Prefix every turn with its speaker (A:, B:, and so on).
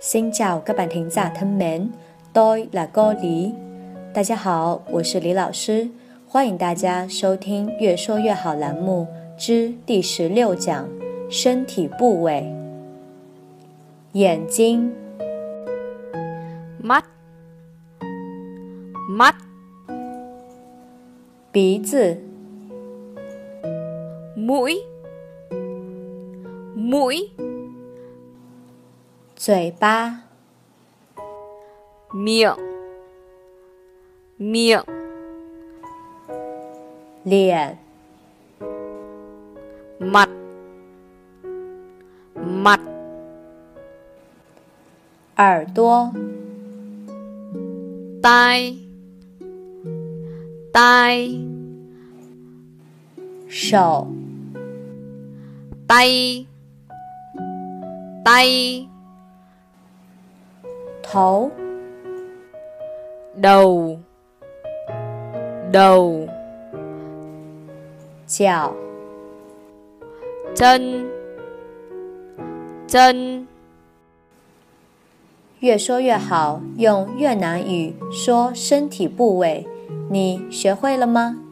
A: Xin chào các bạn thính giả thân mến, tôi là cô Lý. 大家好，我是李老师，欢迎大家收听《越说越好》栏目之第十六讲：身体部位。眼睛、
B: mắt mắt
A: 鼻子、
B: mũi mũi
A: 嘴巴、
B: miệng miệng
A: 脸、
B: mặt mặt
A: 耳朵、
B: tai tai
A: 手、
B: tay tay
A: 头、
B: đầu đầu
A: 脚、
B: chân chân
A: 越说越好，用越南语说身体部位，你学会了吗？